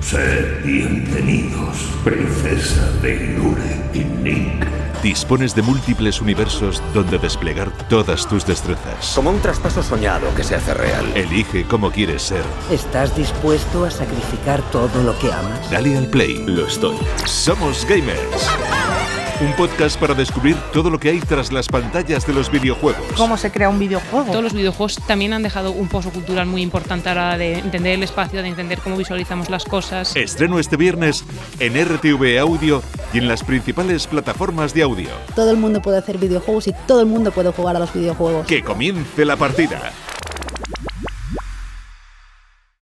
Sed bienvenidos, princesa de Irule y Nick. Dispones de múltiples universos donde desplegar todas tus destrezas. Como un traspaso soñado que se hace real. Elige cómo quieres ser. ¿Estás dispuesto a sacrificar todo lo que amas? Dale al play. Lo estoy. Somos gamers. Un podcast para descubrir todo lo que hay tras las pantallas de los videojuegos. cómo se crea un videojuego. Todos los videojuegos también han dejado un pozo cultural muy importante a la hora de entender el espacio, de entender cómo visualizamos las cosas. Estreno este viernes en RTV Audio y en las principales plataformas de audio. Todo el mundo puede hacer videojuegos y todo el mundo puede jugar a los videojuegos. Que comience la partida.